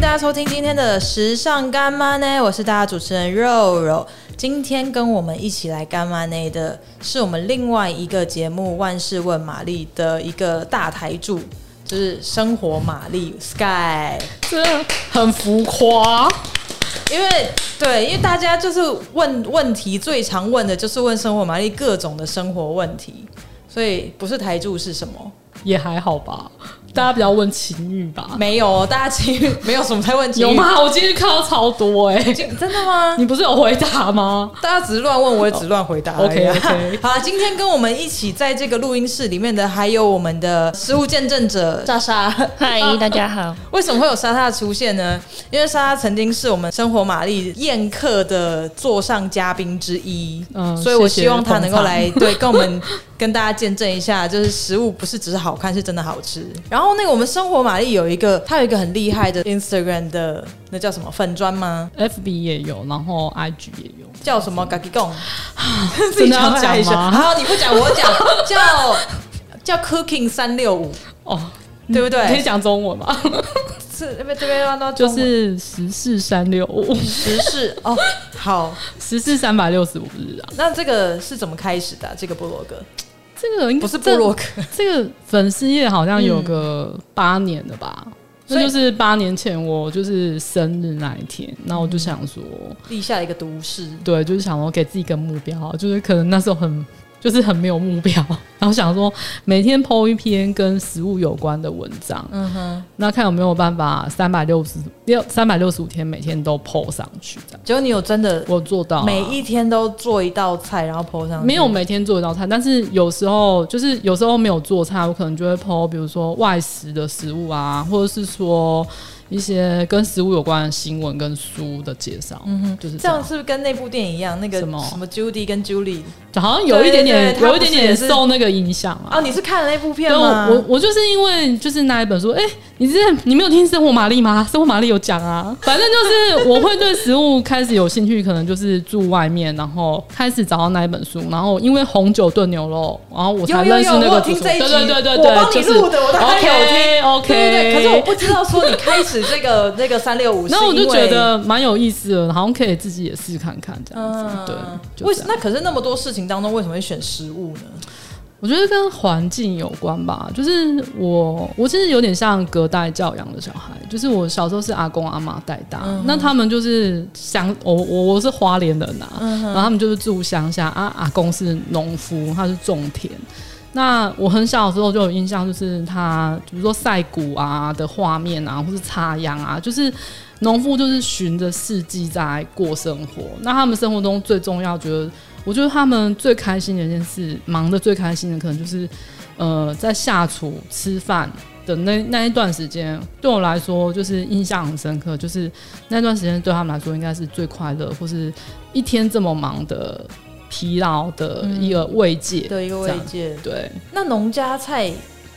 家收听今天的时尚干妈呢，我是大家主持人肉肉。今天跟我们一起来干妈呢的是我们另外一个节目《万事问玛丽》的一个大台柱，就是生活玛丽 Sky。真的很浮夸。因为对，因为大家就是问问题最常问的就是问生活玛丽各种的生活问题，所以不是台柱是什么？也还好吧。大家比较问情欲吧？没有，哦大家其实没有什么在问情有侣？吗？我今天看到超多哎、真真的吗？你不是有回答吗？大家只是乱问，我也只乱回答而已啊。 OK，OK 好啦，今天跟我们一起在这个录音室里面的还有我们的实物见证者莎莎。嗨，大家好。 为什么会有莎莎的出现呢？因为莎莎曾经是我们生活玛丽宴客的座上嘉宾之一，嗯所以我谢谢希望她能够捧场来对跟我们 跟大家见证一下，就是食物不是只是好看，是真的好吃。然后那个我们生活玛丽有一个，她有一个很厉害的 Instagram 的那叫什么粉砖吗？ FB 也有，然后 IG 也有，叫什么 g a g i g o n 真的要讲讲一下。吗？好，你不讲，我讲，叫叫 Cooking 三六五，哦，对不对你可以讲中文吗？是这边这边乱到就中文是十四三六五，时事哦。好，十四三百六十五日啊。那这个是怎么开始的啊、这个部落格这个应该不是部落格，嗯这个粉丝页好像有个八年了吧？所以那就是八年前我就是生日那一天，然后我就想说，立下一个都市。对，就是想说给自己一个目标，就是可能那时候很就是很没有目标， 然后想说每天 PO 一篇跟食物有关的文章，嗯哼，那看有没有办法三百六十六三百六十五天每天都 PO 上去这样。结果你有真的我做到啊、每一天都做一道菜，然后 PO 上去没有每天做一道菜，但是有时候就是有时候没有做菜，我可能就会 PO，比如说外食的食物啊，或者是说一些跟食物有关的新闻跟书的介绍，嗯哼，就是这这样样，是不是跟那部电影一样？那个什么什么 Judy 跟 Julie 好像有一点点，对对对有他不一点点是也是受那个影响啊。哦，你是看了那部片对，我吗？我我就是因为就是那一本书，哎、你之前你没有听《生活玛丽》吗？ 《生活玛丽》有讲啊，反正就是 我会对食物开始有兴趣，可能就是住外面，然后开始找到那一本书，然后因为红酒炖牛肉，然后我才有有认识有，那我个有主听厨，这一对集，对对对我帮你对，就是录的，我当然有听 OK 对 OK，对对。可是我不知道说你开始这 个那个三六五，然后我就觉。得蛮有意思的，好像可以自己也试看看这样子，嗯，对，就为这样那可是那么多事情当中，为什么会选食物呢？我觉得跟环境有关吧，就是我我其实有点像隔代教养的小孩，就是我小时候是阿公阿妈带大，那他们就是乡，我我我是花莲人啊，然后他们就是住乡下啊，阿公是农夫，他是种田。那我很小的时候就有印象，就是他比如说晒谷啊的画面啊，或是插秧啊，就是农夫就是循着四季在过生活。那他们生活中最重要，觉得我觉得他们最开心的一件事，忙得最开心的可能就是，呃，在下厨吃饭的那那一段时间，对我来说就是印象很深刻，就是那段时间对他们来说应该是最快乐，或是一天这么忙的疲劳的一个慰藉。的一个慰藉。对，那农家菜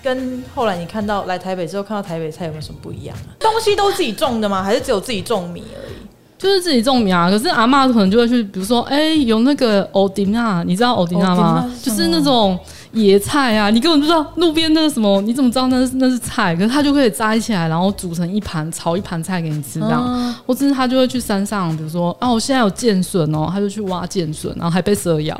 跟后来你看到来台北之后看到台北菜有没有什么不一样、啊？东西都自己种的吗？还是只有自己种米而已？就是自己种米啊。可是阿嬷可能就会去，比如说，哎、有那个欧迪娜，你知道欧迪娜欧吗迪娜？是什就么是那种野菜啊，你根本不知道路边那个什么，你怎么知道那是那是菜？可是它就可以摘起来，然后煮成一盘，炒一盘菜给你吃这样。啊或者是他就会去山上，比如说啊，我现在有剑笋哦，他就去挖剑笋，然后还被 蛇咬，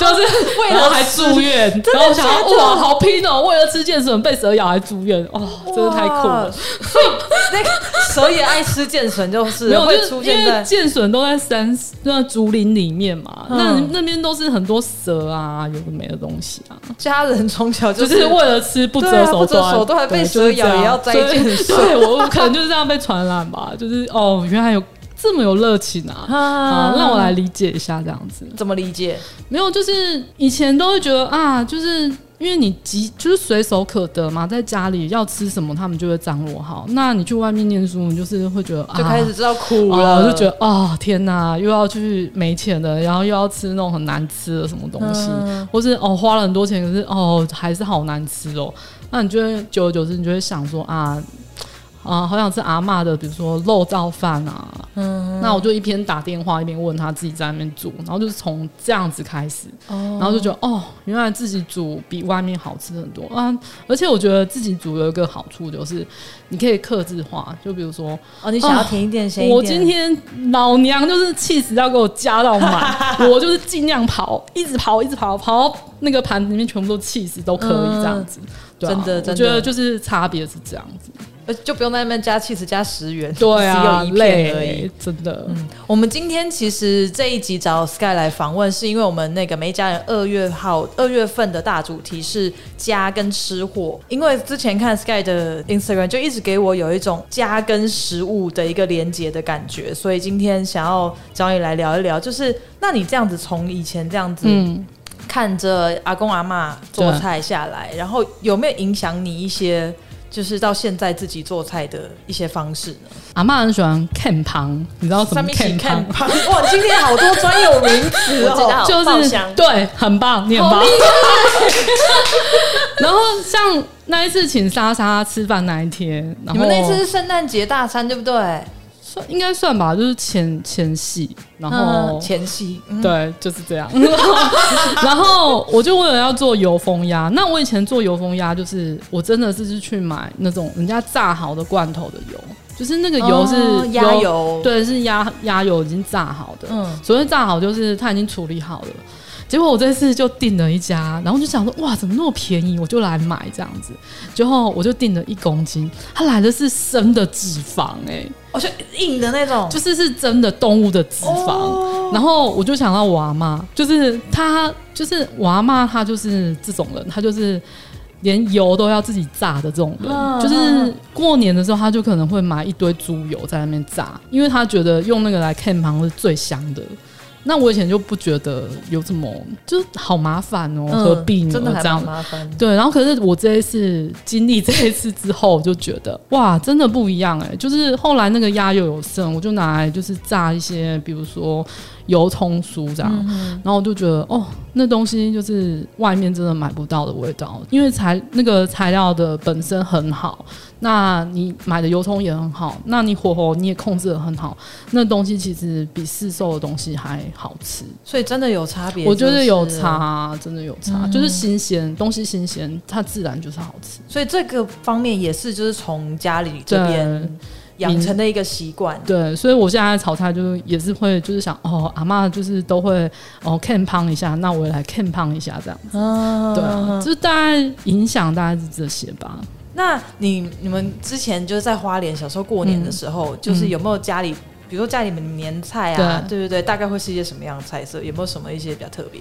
就是为了然后还住院，然后我想假的说哇，好拼哦，为了吃剑笋被蛇咬还住院，哦，真的太酷了哇。所以那个蛇也爱吃剑笋，就是没有，会就是出因现为在剑笋都在山那竹林里面嘛，嗯那那边都是很多蛇啊，有的没的东西啊，家人从小就就是是为了吃不对择啊手不择段，手段对被就蛇是咬这样也要摘对剑笋 对我我可能就是这样被传染吧，就是哦，原来有这么有热情啊。啊啊，让我来理解一下这样子。怎么理解？没有，就是以前都会觉得啊，就是因为你急，就是随手可得嘛，在家里要吃什么，他们就会掌握好。那你去外面念书，你就是会觉得啊，就开始知道苦哦了，我就觉得哦，天哪，又要去没钱的，然后又要吃那种很难吃的什么东西，或是哦花了很多钱，可是哦还是好难吃哦。那你就会久而久之，你就会想说啊。啊、好想吃阿嬷的，比如说肉燥饭啊。嗯，那我就一边打电话一边问他自己在那边煮，然后就是从这样子开始，然后就觉得哦，原来自己煮比外面好吃很多啊！而且我觉得自己煮有一个好处就是，你可以克制化，就比如说哦，你想要甜一点，咸一点。啊我今天老娘就是气死要给我加到 满，我就是尽量跑，一直跑，一直跑，跑到那个盘子里面全部都气死都可以嗯这样子。对啊真的真的我觉得就是差别是这样子。呃就不用在那边加 cheese 加十元，对啊，只有一累片而已。，嗯真的。我们今天其实这一集找 Sky 来访问，是因为我们那个每一家人二月号二月份的大主题是家跟吃货，因为之前看 Sky 的 Instagram 就一直给我有一种家跟食物的一个连接的感觉，所以今天想要找你来聊一聊，就是那你这样子从以前这样子嗯，看着阿公阿妈做菜下来，然后有没有影响你一些就是到现在自己做菜的一些方式呢？阿嬷很喜欢看旁，你知道什上么面看请看旁？旁，哇，今天好多专有名词我知哦道。就爆是香对，很棒，你很棒。 然后像那一次请莎莎吃饭那一天，然后你们那次是圣诞节大餐对不对？算应该算吧，就是前前戏，然后嗯、前期，嗯对，就是这 样。 然后我就为了要做油封鸭，那我以前做油封鸭，就是我真的是去买那种人家炸好的罐头的油，就是那个油哦是鸭油，，对，是鸭鸭油已经炸好的。嗯，所谓炸好就是它已经处理好了。结果我这次就订了一家，然后就想说哇，怎么那么便宜，我就来买这样子。结果我就订了一公斤，它来的是生的脂肪、欸，我哦就硬的那种，就是是真的动物的脂肪。哦然后我就想到我阿妈，就是她，就是我阿妈，她就是这种人，她就是连油都要自己炸的这种人。嗯就是过年的时候，她就可能会买一堆猪油在那边炸，因为她觉得用那个来看旁是最香的。那我以前就不觉得有什么，就是好麻烦哦，嗯何必呢？真的还这样蛮麻烦。对，然后可是我这一次经历这一次之后，我就觉得哇，真的不一样哎、就是后来那个鸭又有剩，我就拿来就是炸一些，比如说油葱酥这样，嗯然后我就觉得哦，那东西就是外面真的买不到的味道，因为材那个材料的本身很好，那你买的油葱也很好，那你火候你也控制的很好，那东西其实比市售的东西还好吃。所以真的有差别，我觉就得是嗯有差、。真的有差，就是新鲜东西新鲜，它自然就是好吃。所以这个方面也是就是从家里这边养成的一个习惯。对，所以我现在炒菜就是也是会就是想哦，阿嬷就是都会哦 can 胖一下，那我也来 can 胖一下这样子。嗯，对啊，就是大概影响大概是这些吧。那你你们之前就是在花莲小时候过嗯年的时候，就是有没有家里，比如说家里面年菜啊，对对对，大概会是一些什么样的菜色？有没有什么一些比较特别？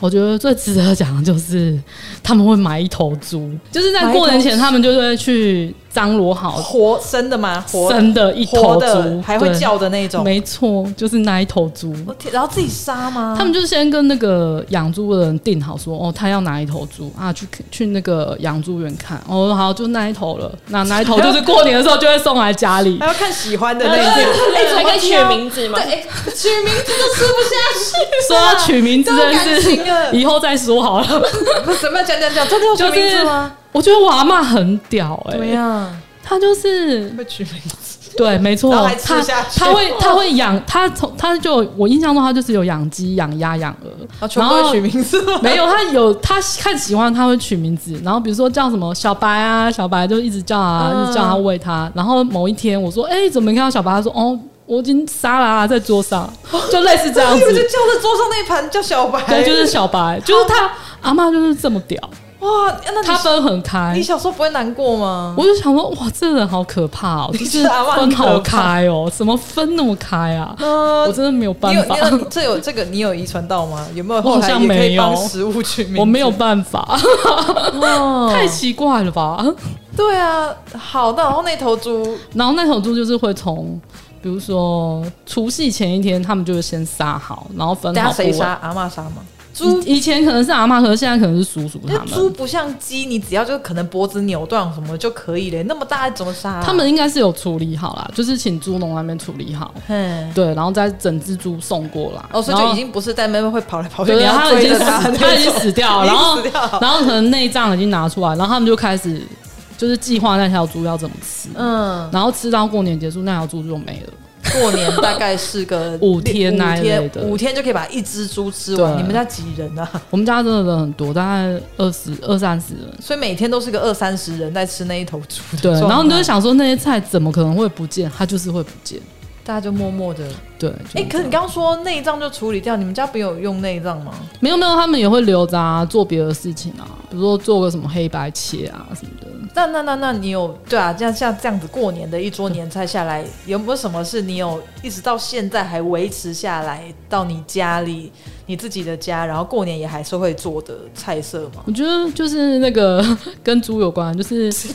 我觉得最值得讲的就是他们会买一头猪，就是在过年前他们就会去张罗好活生的吗？活生的一头活猪，的还会对，叫的那种。没错，就是那一头猪。我天，然后自己杀吗？他们就是先跟那个养猪的人定好说，哦，他要哪一头猪啊，去去那个养猪园看，哦，好，就那一头了，那那一头就是过年的时候就会送来家 里还，要看喜欢的那一种。哎，还可以啊取名字吗？哎取名字都吃不说要取名字都有真感的是情了以后再说好了。下去，不是怎么样讲讲讲，真的要取名字吗？我觉得我阿妈很屌哎、怎么样？她就是会取名字？对，没错然后还，吃她下去她会她会养，她从她就我印象中她就是有养鸡、养鸭、养鹅，哦全然部后会取名字 吗？没有，他有他看喜欢，他会取名字，然后比如说叫什么小白啊，小白就一直叫啊，嗯一直叫他喂他。然后某一天我说，哎、怎么没看到小白？他说，哦，我已经杀了啊，在桌上， 就类似 这样你们就子。叫着桌上那一盘叫小白，对，就是小白，就是他阿妈就是这么屌，哇，那你他分很开你。小时候不会难过吗？我就想说，哇，这人好可怕哦，就你是是阿嬷分好很可怕开哦，怎么分那么 开啊？嗯我真的没有办你有法你，有这有这个你有遗传到吗？有没有我后好来像也可以没有帮食物取名字？我 没有办法，哦太奇怪了吧？对啊，好，那然后那头猪然后那头猪就是会从，比如说除夕前一天，他们就会先杀好，然后分等下好部啊谁位。杀？阿嬷杀吗？猪以以前可能是阿妈，可是现在可能是叔叔因他为猪们。不像鸡，你只要就可能脖子扭断什么就可以嘞，那么大怎么杀啊、他们应该是有处理好啦，就是请猪农那边处理好，嘿，对，然后再整只猪送过来。哦，所以然就后已经不是在那边会跑来跑去，你对对，要它已追经着死它，它已经死掉了，然后已经死掉了然后可能内脏已经拿出来，然后他们就开始就是计划那条猪要怎么吃，嗯，然后吃到过年结束那条猪就没了。过年大概是个 五天五那一类天的五天就可以把一只猪吃完。对你们家几人啊？ 我们家真的人很多，大概二十二三十人。所以每天都是个二三十人在吃那一头猪 的对，状态然后你就会，想说那些菜怎么可能会不见？它就是会不见。大家就默默的。对，哎、就是可是你刚刚说内脏就处理掉，你们家不有用内脏吗？没有没有，他们也会留着啊，做别的事情啊，比如说做个什么黑白切啊什么的。那那那那你有对啊？这样像这样子过年的一桌年菜下来，有没有什么是你有一直到现在还维持下来到你家里你自己的家，然后过年也还是会做的菜色吗？我觉得就是那个 跟猪有关，就是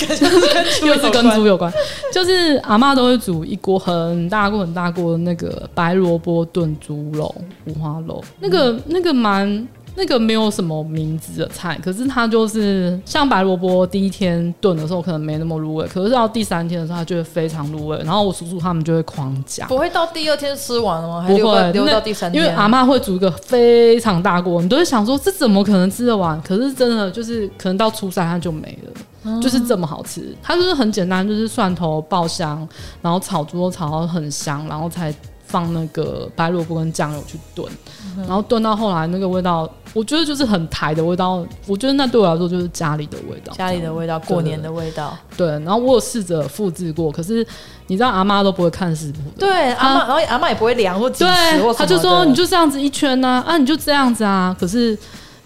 又是跟猪有关，就是阿嬷都会煮一锅很大锅很大锅的那个白萝卜炖猪肉五花肉，那个那个蛮。那个没有什么名字的菜，可是它就是像白萝卜，第一天炖的时候可能没那么入味，可是到第三天的时候，它就会非常入味。然后我叔叔他们就会狂讲，不会到第二天就吃完了吗？还不留到会留那到第三因天？啊为阿嬷会煮一个非常大锅，你都会想说这怎么可能吃得完？可是真的就是可能到初三它就没了，就是这么好吃。它就是很简单，就是蒜头爆香，然后炒猪肉炒到很香，然后才放那个白萝卜跟酱油去炖，然后炖到后来那个味道，我觉得就是很台的味道。我觉得那对我来说就是家里的味道，家里的味道，过年的味道。对。然后我有试着复制过，可是你知道阿妈都不会看食谱的，对，阿妈，然后阿妈也不会量或几十或对，什么他的就说你就这样子一圈呐、啊，你就这样子啊，可是。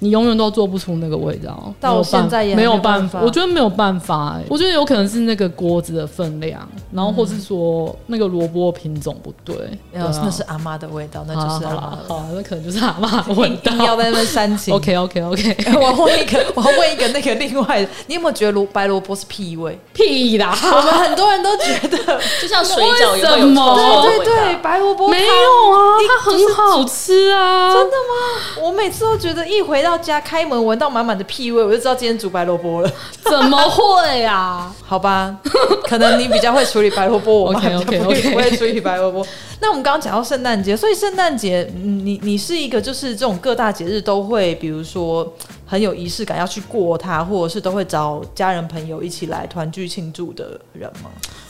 你永远都做不出那个味道，到没有办现在也还没有没办办法，法我觉得没有办法、欸，我觉得有可能是那个锅子的分量，然后或是说那个萝卜品种不对，没对有，啊那是阿妈的味道，那好啦就是好阿妈啦的味好道。啦，那可能就是阿妈的味 道硬。要在那边煽情。 OK OK OK， 我问一个，我问一个，那个另外，你有没有觉得萝白萝卜是屁 味？屁啦，我们很多人都觉得，就像水饺为也会什有臭么 臭对的对味道对，。白萝卜汤没有啊，一它很好吃啊，真的吗？我每次都觉得一回到家，开门闻到满满的屁味，我就知道今天煮白萝卜了。怎么会啊？好吧， 可能你比较会处理白萝卜，我们比 OK，OK，OK 较不会不会处理白萝卜。 那我们刚刚讲到圣诞节，所以圣诞节，嗯你你是一个就是这种各大节日都会，比如说很有仪式感要去过它，或者是都会找家人朋友一起来团聚庆祝的人吗？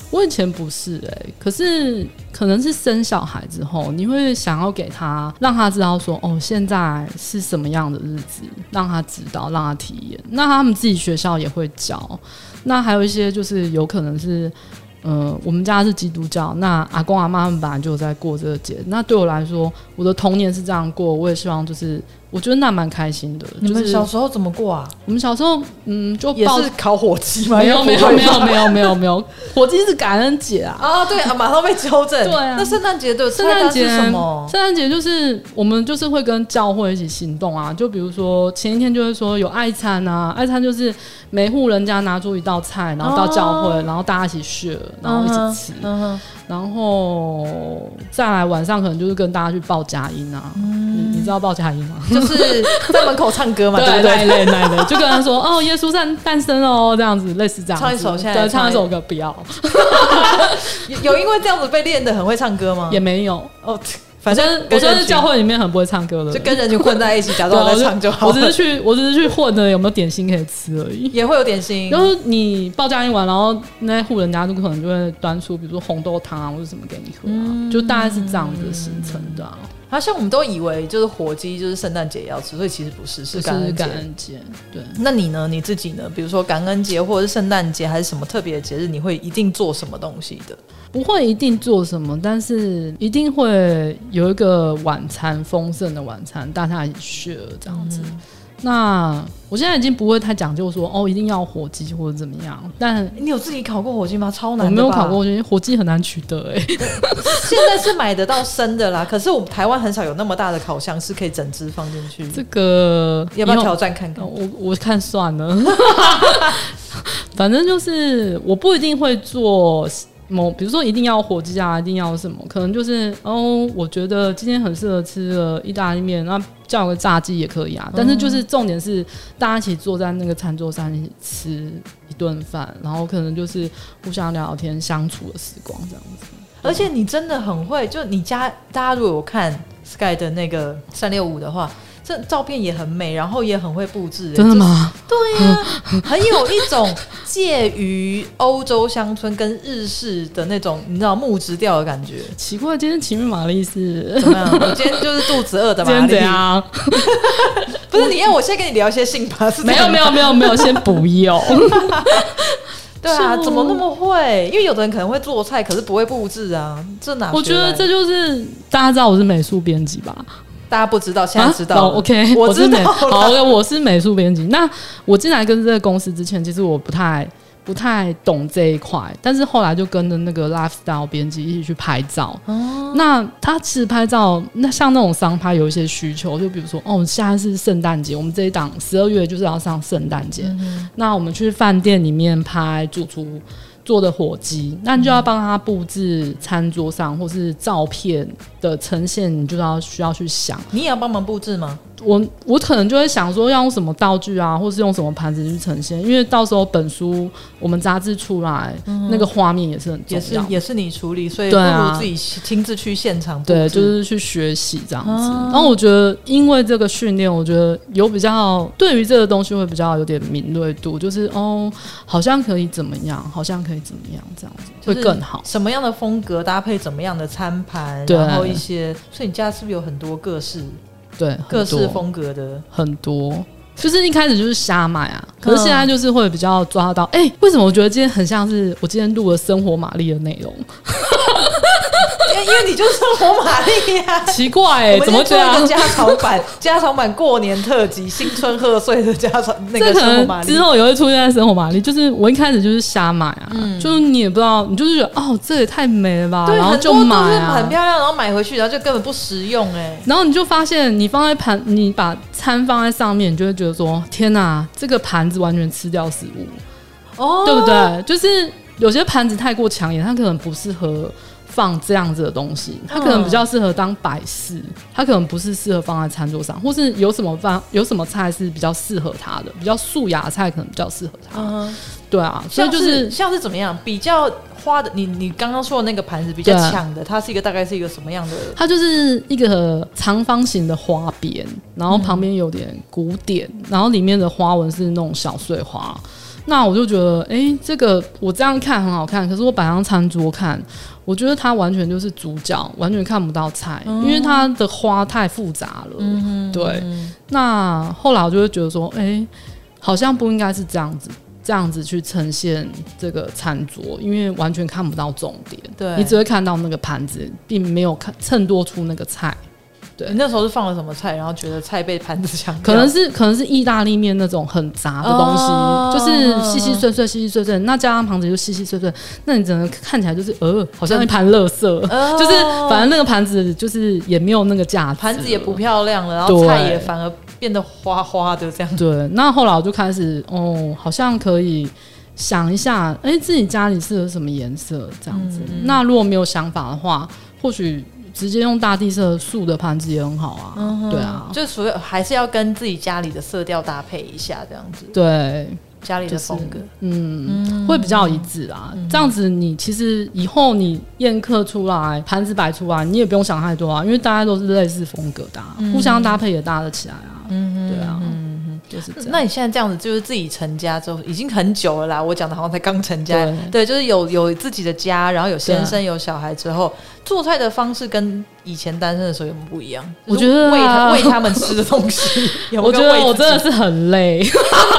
我以前不是哎、可是可能是生小孩之后，你会想要给他，让他知道说，哦，现在是什么样的日子，让他知道，让他体验。那他们自己学校也会教，那还有一些就是有可能是。呃，我们家是基督教，那阿公阿妈他们本来就有在过这个节。那对我来说，我的童年是这样过，我也希望就是，我觉得那蛮开心的。你们就是小时候怎么过啊？我们小时候，嗯，就也抱是烤火鸡吗？没有没应该不有会没有吧没有没有没有，火鸡是感恩节 啊。啊！对啊，马上被纠正。对啊那圣诞节的圣诞菜节单是什么圣？诞节就是我们就是会跟教会一起行动啊，就比如说前一天就会说有爱餐啊，爱餐就是每户人家拿出一道菜，然后到教会，然后大家一起 share，然后一起吃，哦嗯哼，然后再来晚上可能就是跟大家去报佳音啊，嗯你你知道报佳音吗？就是在门口唱歌嘛， 对不对，对那？一类那一类，就跟他说哦，耶稣诞诞生哦，这样子类似这样子，唱一首现在对，唱唱一一首歌不要有有因为这样子被练的很会唱歌吗？也没有，哦，反正我算是群教会里面很不会唱歌的人，就跟人群混在一起，假对装啊我我在唱就好 我只是了。去，我只是去混的，有没有点心可以吃而已。 也会有点心然，后你报价一碗，然后那户人家就可能就会端出，比如说红豆汤啊，或者什么给你喝啊，嗯就大概是这样子的行程的、啊。好像我们都以为就是火鸡就是圣诞节也要吃，所以其实不是，就是是感恩节感。恩节，对。那你呢？你自己呢？比如说感恩节，或者是圣诞节，还是什么特别的节日，你会一定做什么东西的？不会一定做什么，但是一定会有一个晚餐丰盛的晚餐，大家一起 share 这样子。嗯那我现在已经不会太讲究说哦，一定要火鸡或者怎么样，但你有自己烤过火鸡吗？超难的我没有吧考过，我觉得火鸡很难取得哎、欸现在是买得到生的啦，可是我们台湾很少有那么大的烤箱是可以整只放进去。这个要不要以后挑战看看那？我我看算了， 反正就是我不一定会做某，比如说一定要火鸡啊，一定要什么，可能就是哦，我觉得今天很适合吃了意大利面，那叫个炸鸡也可以啊。但是就是重点是大家一起坐在那个餐桌上一起吃一顿饭，然后可能就是互相聊聊天、相处的时光这样子。而且你真的很会，就你家大家如果有看 Sky 的那个三六五的话，这照片也很美，然后也很会布置、欸真的？吗？就是对呀、很有一种介于欧洲乡村跟日式的那种，你知道木质调的感 觉。奇怪，今天奇遇玛丽是怎么样？我今天就是肚子饿的 今玛天丽怎。样？不是你，要我先跟你聊一些性吧？是这没样有吗没有没有没有，先不用。对啊，是哦怎么那么会？因为有的人可能会做菜，可是不会布置啊，这哪学来？我觉得这就是大家知道我是美术编辑吧？大家不知道，现在知道啊了、哦 OK，我是知道美了好，我是美术编辑。那我进来跟这个公司之前，其实我不太不太懂这一块，但是后来就跟着那个 lifestyle 编辑一起去拍照。哦那他其实拍照，那像那种商拍有一些需求，就比如说，哦，现在是圣诞节，我们这一档十二月就是要上圣诞节，嗯那我们去饭店里面拍主厨。做的火鸡，那你就要嗯帮他布置餐桌上或是照片的呈现，你就要需要去想。你也要帮忙布置吗？我我可能就会想说要用什么道具啊，或是用什么盘子去呈现，因为到时候本书我们杂志出来，那个画面也是很嗯重也是要。也是你处理，所以不对啊如自己亲自去现场布置。啊对，就是去学习这样子。然后我觉得，因为这个训练，我觉得有比较对于这个东西会比较有点敏锐度，就是哦，好像可以怎么样，好像可以怎么样，这样子就是会更好。什么样的风格搭配怎么样的餐盘，对然后一些，所以你家是不是有很多各式对，各式很多风格的？ 很多，就是一开始就是瞎买啊，嗯可是现在就是会比较抓到，哎、为什么我觉得今天很像是我今天录了生活玛丽的内 容？因为因为你就是生活玛丽呀、奇怪、啊我欸，们怎么今这天做一个？样加长 版？加长版过年特辑，新春贺岁的加长那这个可生活玛能丽之。后也会出现在生活玛丽，就是我一开始就是瞎买啊，就是你也不知道，你就是觉得哦，这也太美了嗯吧，对，然后很就多买都是啊很，漂亮，然后买回去，然后就根本不实用哎、然后你就发现你放在盘，你把餐放在上面，你就会觉得说天哪、这个盘子完全吃掉食物，哦，对不对？就是有些盘子太过抢眼，它可能不适合放这样子的东西，它可能比较适合当摆饰，它可能不是适合放在餐桌上，或是有什么饭有什么菜是比较适合它的，比较素雅的菜可能比较适合它。嗯哼，对啊，所以像就是是像是怎么样？比较花的，你你刚刚说的那个盘子比较对啊抢的，它是一个大概是一个什么样的？它就是一个长方形的花边，然后旁边有点鼓点，然后里面的花纹是那种小碎花。那我就觉得，哎、这个我这样看很好看，可是我摆上餐桌看，我觉得它完全就是主角，完全看不到菜，因为它的花太复杂了。对，那后来我就会觉得说，哎、好像不应该是这样子。这样子去呈现这个餐桌，因为完全看不到重点，对你只会看到那个盘子，并没有看衬托出那个菜。对你那时候是放了什么菜？然后觉得菜被盘子抢掉，可能是可能是意大利面那种很杂的东西，哦就是细细碎碎、细细碎碎，那加上盘子就细细碎碎，那你整个看起来就是呃，好像一盘垃圾，哦就是反正那个盘子就是也没有那个价值，盘子也不漂亮了，然后菜对也反而变得花花的这样。对，那后来我就开始，哦，好像可以想一下，哎、自己家里适合什么颜色这样子。那如果没有想法的话，或许直接用大地色素的盘子也很好啊。对啊，就所有还是要跟自己家里的色调搭配一下，这样子对，家里的风格。啊嗯，会比较一致啊。这样子，你其实以后你宴客出来，盘子摆出来，你也不用想太多啊，因为大家都是类似风格的、啊，互相搭配也搭得起来啊。嗯，对啊，就是这样。那你现在这样子，就是自己成家之后，已经很久了啦。我讲的好像才刚成家，对，就是有有自己的家，然后有啊先生有小孩之后，做菜的方式跟以前单身的时候有没有不一样？我就是觉得喂他啊喂他们吃的东西， 有没有我觉跟得喂我自真的己是很累。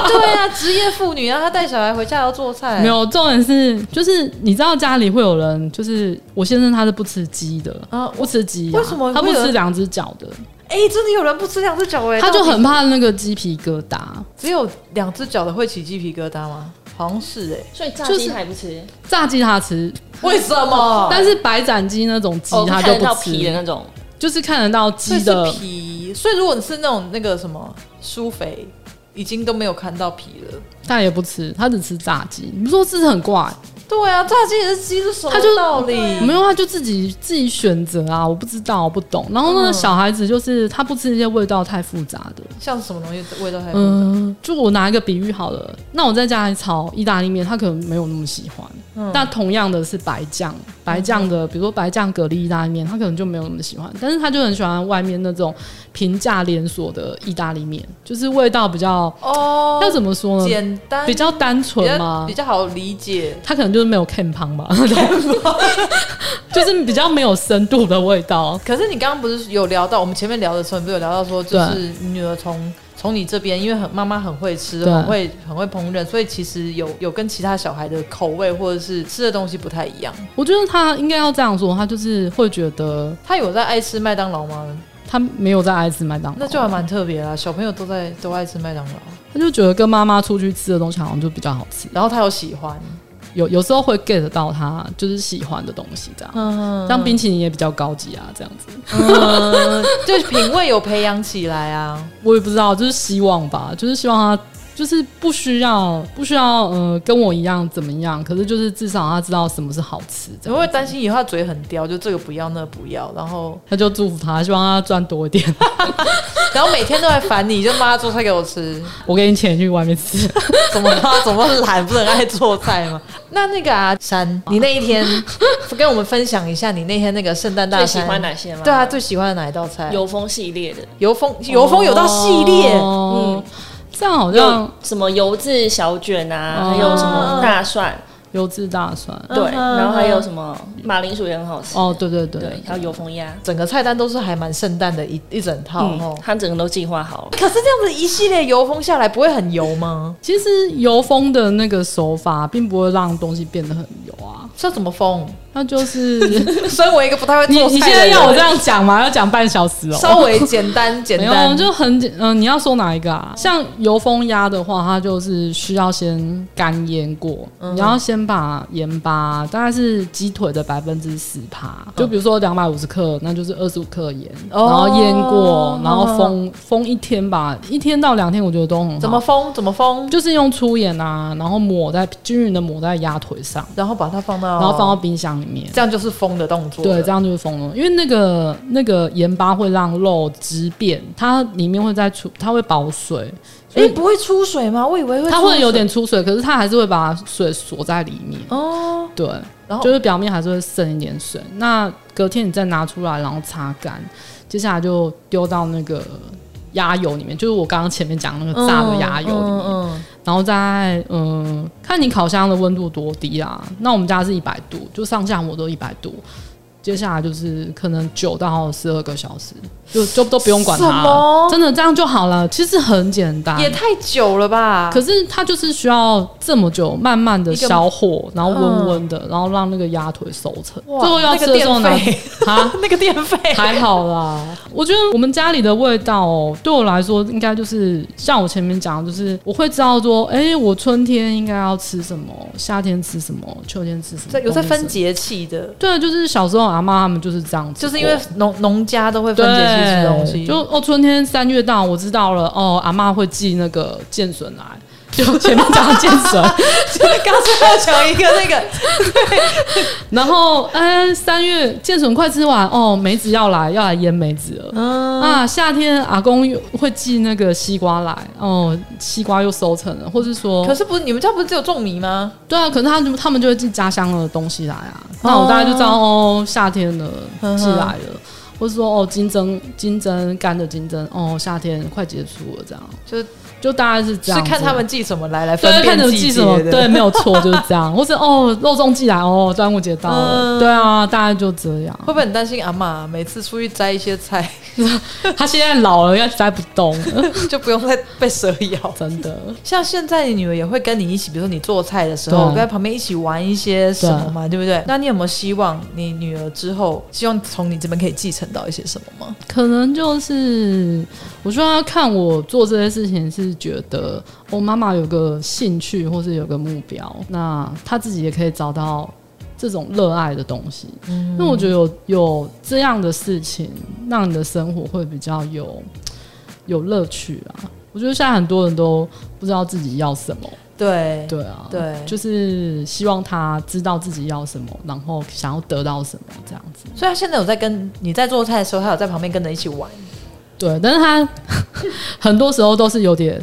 对啊，职业妇女啊，她带小孩回家要做菜， 没有，重点是就是你知道家里会有人，就是我先生他是不吃鸡的，啊不吃鸡啊、为什么他会不有人吃两只脚的？哎、真的有人不吃两只脚哎，他就到底很怕那个鸡皮疙瘩。只有两只脚的会起鸡皮疙瘩吗？好像是哎、所以炸就鸡是还不吃，炸鸡他吃，为什么？但是白斩鸡那种鸡哦，他看就得不到皮的吃，那种，就是看得到所以鸡是的。皮，所以如果你是那种那个什么苏肥，已经都没有看到皮了。他也不吃，他只吃炸鸡。你不说是不是很怪？对啊，炸鸡也是鸡，是什他么就道理？没有，他就自己自己选择啊，我不知道，我不懂。然后那个嗯小孩子就是他不吃那些味道太复杂的，像是什么东西味道太……嗯，嗯，就我拿一个比喻好了，那我在家里炒意大利面，他可能没有那么喜欢，那同样的是白酱，白酱嗯的，比如说白酱蛤蜊意大利面，他可能就没有那么喜欢，但是他就很喜欢外面那种平价连锁的意大利面，就是味道比较哦要怎么说呢？简单比较单比纯较吗比？较好理解，他可能就是没有 can 汤吧， 就是比较没有深度的味道。可是你刚刚不是有聊到，我们前面聊的时候，你不是有聊到说，就是你女儿从从你这边，因为很妈妈很会吃，对很会很会烹饪，所以其实有有跟其他小孩的口味或者是吃的东西不太一样。我觉得他应该要这样说，他就是会觉得她有在爱吃麦当劳吗？他没有在爱吃麦当劳，那就还蛮特别啊啦，小朋友都在都爱吃麦当劳， 他就觉得跟妈妈出去吃的东西好像就比较好吃，然后她有喜欢，有有时候会 get 到他就是喜欢的东西这样。嗯，像冰淇淋也比较高级啊，这样子，嗯，就是品味有培养起来啊。我也不知道，就是希望吧，就是希望他就是不需要不需要呃跟我一样怎么样，可是就是至少他知道什么是好吃，这你样会担心以后她嘴很刁，就这个不要那个不要，然后 他就祝福他，希望他赚多一点。然后每天都来烦你，就妈妈做菜给我吃。我给你钱去外面 吃，怎么他怎么懒，不是很爱做菜吗？ 那那个啊，山，哦你那一天跟我们分享一下你那天那个圣诞大最餐，喜欢哪些吗？对啊，，最喜欢的哪一道菜？油封系列的，油封油封有道系列，哦、这样好像有什么油渍小卷啊，还有什么大蒜，油渍大蒜。对，哦嗯然后还有什么马铃薯也很好吃，哦，对对对，对，还有油封鸭，整个菜单都是还蛮圣诞的一一整套嗯哦，。它整个都计划好了。可是这样子一系列油封下来，不会很油吗？其实油封的那个手法并不会让东西变得很油啊，这怎么封？它就是 身为一个不太会你做菜的人，你现在要我这样讲吗？要讲半小时哦。稍微简单简没单有，，就很简，嗯、你要说哪一个啊？像油封鸭的话，它就是需要先干腌过，嗯你要先把盐巴，大概是鸡腿的百分之十趴，就比如说两百五十克，那就是二十五克盐，嗯哦嗯然后腌过，然后封封一天吧，一天到两天，我觉得都很好。怎么封怎么封，就是用粗盐啊，然后抹在均匀的抹在鸭腿上，然后把它放到，然后放到冰箱里面。这样就是封的动作了，对，这样就是封了，因为那个那个盐巴会让肉汁变，它里面会再出，它会保水，所哎、以不会出水吗？我以为会出水，它会有点出水，可是它还是会把水锁在里面。哦，对，然后就是表面还是会渗一点水。那隔天你再拿出来，然后擦干，接下来就丢到那个鸭油里面，就是我刚刚前面讲那个 炸的鸭油里面，嗯然后再嗯，看你烤箱的温度多低啊。那我们家是一百度，就上下膜都一百度。接下来就是可能九到十二个小时，就就都不用管什它么了，真的这样就好了。其实很简单嗯，也太久了吧？ 可是它就是需要这么久，慢慢的小火，然后温温的，然后让那个鸭腿熟成。哇最后要吃的时候呢那个 电，啊，那个电 费还好啦。我觉得我们家里的味道、哦，对我来说，应该就是像我前面讲的，就是我会知道说，哎、我春天应该要吃什么，夏天吃什么，秋天吃什么，有在冬分天吃什节么。气的，对，就是小时候阿妈他们就是这样子过，就是因为农农家都会分节气吃东西，就哦，春天三月到，我知道了。哦，阿妈会寄那个剑笋来，就前面讲的剑笋。刚才 要讲一个那 个，然后，嗯、三月剑笋快吃完哦，梅子要来，要来腌梅子了。嗯，啊，夏天阿公又会寄那个西瓜来，哦，西瓜又收成了，或是说 可，是不是你们家不是只有种米吗？对啊，可是他们他们就会寄家乡的东西来啊，那我大概就知道哦，夏天了嗯哼寄来了，或是说哦，金针金针干的金针，哦，夏天快结束了，这样就是就大概是这是样子，啊看他们寄什么来来分对，辨看你们季寄节什么，的对，没有错，就是 这样，或是哦，肉粽寄来，哦，端午节到了，嗯对啊，大概就这 样。会不会很担心阿妈每次出去摘一些菜， 他现在老了，要摘不动，就不用再被蛇咬？真的。像现在你女儿也会跟你一起，比如说你做菜的时候，对在旁边一起玩一些什么嘛，对不对？那你有没有希望你女儿之后，希望从你这边可以继承到一些什么吗？可能就是我说要看我做这些事情是觉得我妈妈有个兴趣或是有个目标，那她自己也可以找到这种热爱的东西。那我觉得有有这样的事情，让你的生活会比较有有乐趣啊。我觉得现在很多人都不知道自己要什么，对，对啊，对就是希望他知道自己要什么，然后想要得到什么这样子。所以她现在有在跟你在做菜的时候，她有在旁边跟着一起玩， 对，但是他很多时候都是有点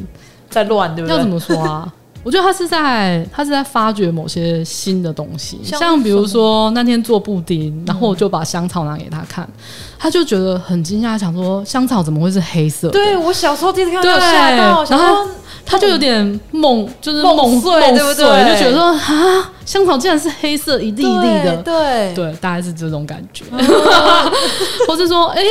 在乱，对不对？ 要怎么说啊？我觉得他是在他是在发掘某些新的东西，像像比什如么说那天做布丁，然后我就把香草拿给他看，他就觉得很惊讶，想说香草怎么会是黑色的？对我小时候第一次看到对吓到，想然后说他就有点梦，就是梦梦碎梦对不碎对就觉得说啊，香草竟然是黑色一粒一粒的，对哦对，大概是这种感觉， 或是说，哎、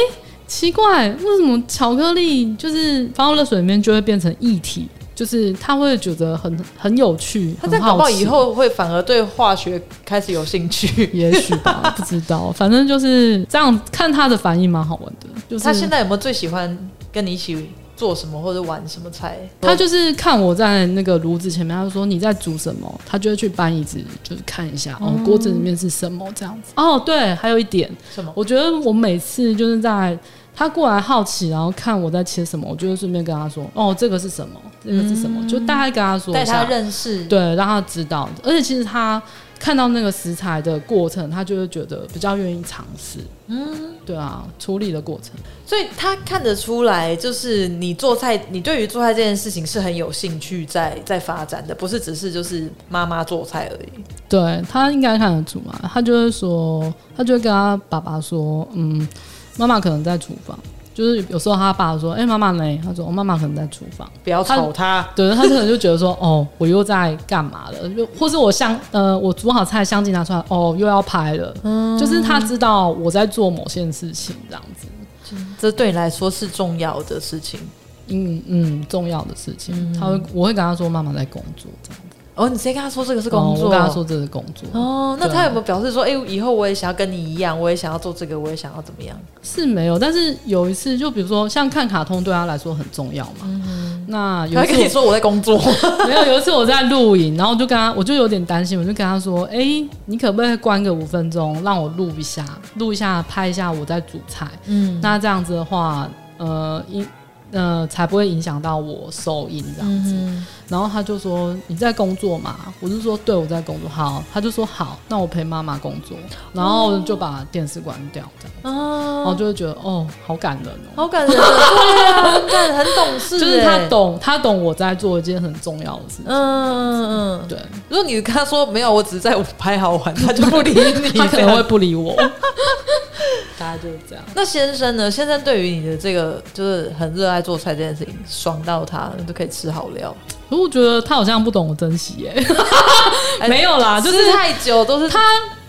奇怪，为什么巧克力就是放到热水里面就会变成液体？就是他会觉得很很有趣，他在很搞好不好奇以后会反而对化学开始有兴 趣。也许吧，不知道，反正就是这样看他的反应蛮好玩的。就是他现在有没有最喜欢跟你一起做什么或者玩什么菜？他就是看我在那个炉子前面，他就说你在煮什么，他就会去搬椅子，就是看一下哦，锅子里面是什么这样子。哦，对，还有一点，什么？我觉得我每次就是在他过来好奇，然后看我在切什么，我就会顺便跟他说，哦，这个是什么，这个是什么，就大概嗯跟他说带一他下，认识，对，让他知道。而且其实他看到那个食材的过程，他就会觉得比较愿意尝试。嗯，对啊，处理的过程。所以他看得出来，就是你做菜，你对于做菜这件事情是很有兴趣在在发展的，不是只是就是妈妈做菜而已。对他应该看得出来，他就会说，他就会跟他爸爸说，嗯，妈妈可能在厨房。就是有时候他爸说，哎、妈妈呢？他说，哦，妈妈可能在厨房。不要吵他，对，他可能就觉得说，哦，我又在干嘛了？就或是我香呃，我煮好菜，相机拿出来，哦，又要拍了。嗯就是他知道我在做某件事情，这样子。这对你来说是重要的事情。嗯嗯，重要的事情，嗯他会我会跟他说，妈妈在工作，这样子。哦，你直接跟他说这个是工哦作，我跟他说这是工作。哦，那对他有没有表示嗯说，哎、以后我也想要跟你一样，我也想要做这个，我也想要怎么样？是没有，但是有一次，就比如说像看卡通对他来说很重要嘛。那有嗯他会一次跟你说我在工 作，我没有，有一次我在录影，然后就跟他，我就有点担心，我就跟他说：“哎、你可不可以关个五分钟，让我录一下，录一下，拍一下我在煮菜。嗯，那这样子的话，呃，影呃才不会影响到我收音这样子。嗯然后他就说：“你在工作嘛？”我就说：“对，我在工作。”好，他就说：“好，那我陪妈妈工作。”然后就把电视关掉，这样，然后哦，就会觉得哦，好感人哦。好感人，对啊，很感很懂事、 就是他哎，懂，他懂我在做一件很重要的事情。嗯嗯嗯。对，如果你跟他说没有，我只是在拍好玩，他就不理 你，他可这样能会不理我。 大家就是这样。 那先生呢？先生对于你的这个就是很热爱做菜这件事情，爽到他都可以吃好料，可是我觉得他好像不懂我珍惜 耶、没有啦，啊就是吃太久都是他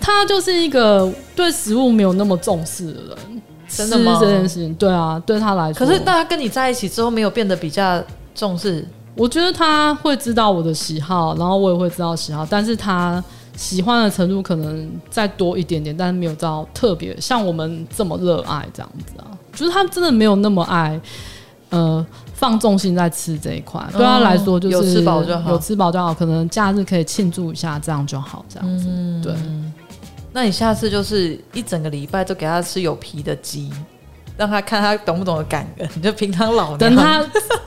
他就是一个对食物没有那么重视的人。真的吗吃这件事情，对啊，对他来说，可是大家跟你在一起之后，没有变得比较重视，我觉得他会知道我的喜好，然后我也会知道喜好，但是他喜欢的程度可能再多一点点，但是没有到特别像我们这么热爱这样子啊。就是他真的没有那么爱，呃，放重心在吃这一块，对他来说就是有吃饱就好有吃饱就好，可能假日可以庆祝一下，这样就好，这样子。对，那你下次就是一整个礼拜都给他吃有皮的鸡，让他看他懂不懂得感恩。你就平常老娘等，他，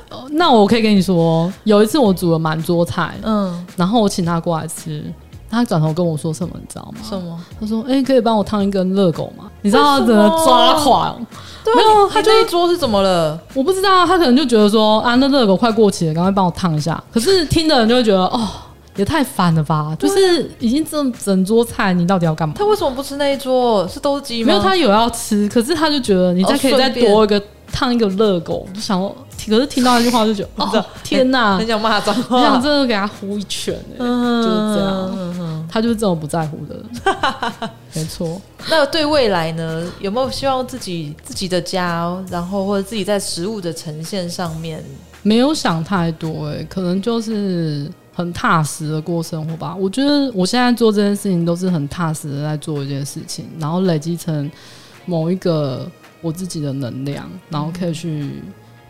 哦那我可以跟你说，有一次我煮了满桌菜，嗯，然后我请他过来吃，他转头跟我说什么，你知道吗？什么？他说：“哎、可以帮我烫一根热狗吗？”你知道他为怎什么么抓狂？对没有啊，他他就这一桌是怎么了？我不知道，他可能就觉得说：“啊，那热狗快过期了，赶快帮我烫一下。”可是听的人就会觉得：“哦，也太烦了吧！”就是已经这整桌菜，你到底要干嘛？啊他为什么不吃那一桌？是都是鸡吗？没有，他有要吃，可是他就觉得你再哦可以再顺便多一个烫一个热狗，我就想说，可是听到那句话就觉得：“哦，哎天哪很！”想骂脏 我想话。真的给他呼一拳、欸，嗯就是这样。他就是这种不在乎的人，没错。那对未来呢？有没有希望自己自己的家，然后或者自己在食物的呈现上面？没有想太多、欸，可能就是很踏实的过生活吧。我觉得我现在做这件事情都是很踏实的在做一件事情，然后累积成某一个我自己的能量，然后可以去，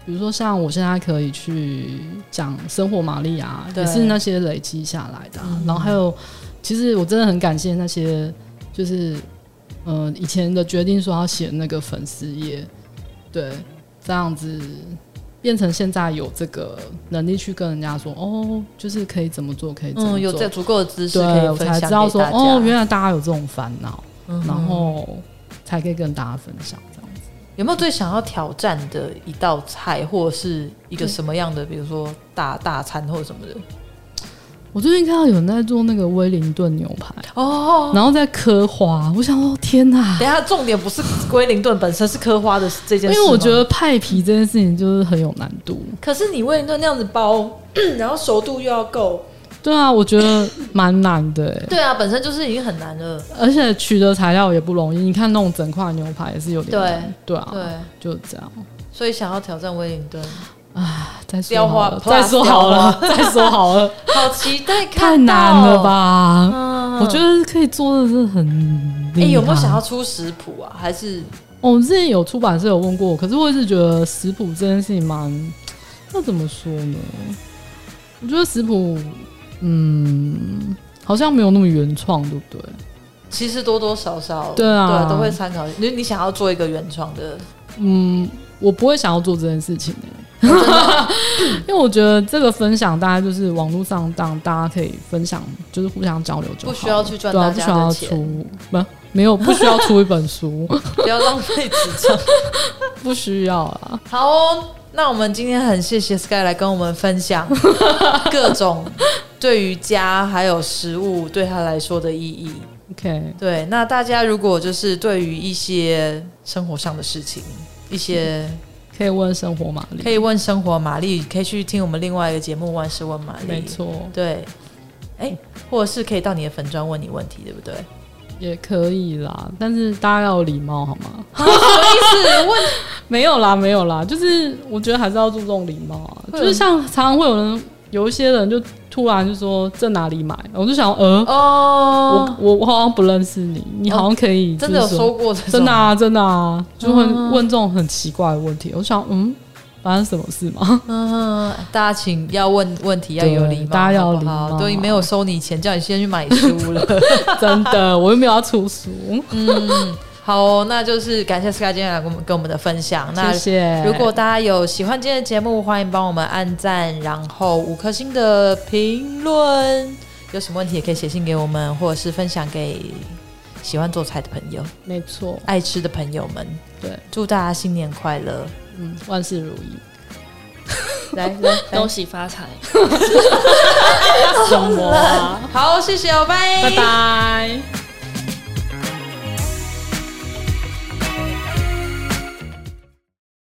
比如说像我现在可以去讲生活玛利亚，对也是那些累积下来的啊、然后还有，其实我真的很感谢那些就是呃以前的决定说要写那个粉丝页，对，这样子变成现在有这个能力去跟人家说哦，就是可以怎么做，可以怎么做，嗯，有这足够的知识可对以我分才享知道给说大家。哦，原来大家有这种烦恼，嗯哼然后才可以跟大家分享这样子。有没有最想要挑战的一道菜，或者是一个什么样的，比如说大大餐或者什么的？我最近看到有人在做那个威灵顿牛排，哦，然后在刻花，我想说天哪！等一下重点不是龟灵顿本身，是刻花的这因件事。为我觉，得派皮这件事情就是很有难度。可是你龟灵顿那样子包， 然后熟度又要够，对啊，我觉得蛮难的、欸，对啊，本身就是已经很难了。而且取得材料也不容易。你看弄整块牛排也是有点对难，对啊，对，就这样。所以想要挑战威灵顿，啊，再雕说好花了，再说好了，再说好了，好期待太 看到难了？吧？嗯我觉啊得可以做的是很厉哎、害。有没有想要出食谱啊？还是哦？我们之前有出版社有问过我，可是我一直觉得食谱这件事情蛮，那怎么说呢？我觉得食谱，嗯，好像没有那么原创，对不对？其实多多少少对哦啊都会参考。你你想要做一个原创的，嗯，我不会想要做这件事 情、欸因为我觉得这个分享大家就是网络上当大家可以分享，就是互相交流就不好了需要去赚对啊，大不需家的要钱出不没有不需要出一 本书，不要浪费纸张。 不需要啊。好哦，那我们今天很谢谢 Sky 来跟我们分 享各种对于家还有食物对他来说的意义。 OK，对，那大家如果就是对于一些生活上的事情，一些可以问生活玛可丽，以问生活玛丽，可以去听我们另外一个节目《万事问玛丽》。没，错，对。哎、或者是可以到你的粉砖问你问题，对不对？也可以啦，但是大家要有礼貌好吗？啊什么意思？问 没有啦，没有啦，就是我觉得还是要注重礼貌啊，会有就是像常常会有人有一些人就突然就说这哪里买，我就想呃。哦我，我我好像不认识你，你好像可以、真的有就是说过这种真的啊，真的啊，就会嗯问这种很奇怪的问题。我想，嗯，发生什么事吗？ 嗯，大家请要问问题要有礼貌，对大家要有好礼貌不好？对，没有收你钱，叫你先去买书了。 真的，我又没有要出书，好哦、那就是感谢 Sky 今天来跟我们跟我们的分享。 那谢谢。如果大家有喜欢今天的节目，欢迎帮我们按赞，然后五颗星的评论。有什么问题也可以写信给我们，或者是分享给喜欢做菜的朋友、没错，爱吃的朋友们。对，祝大家新年快乐！嗯，万事如意。 来来恭来，喜发财。什么啊、好，谢谢哦，拜 拜拜。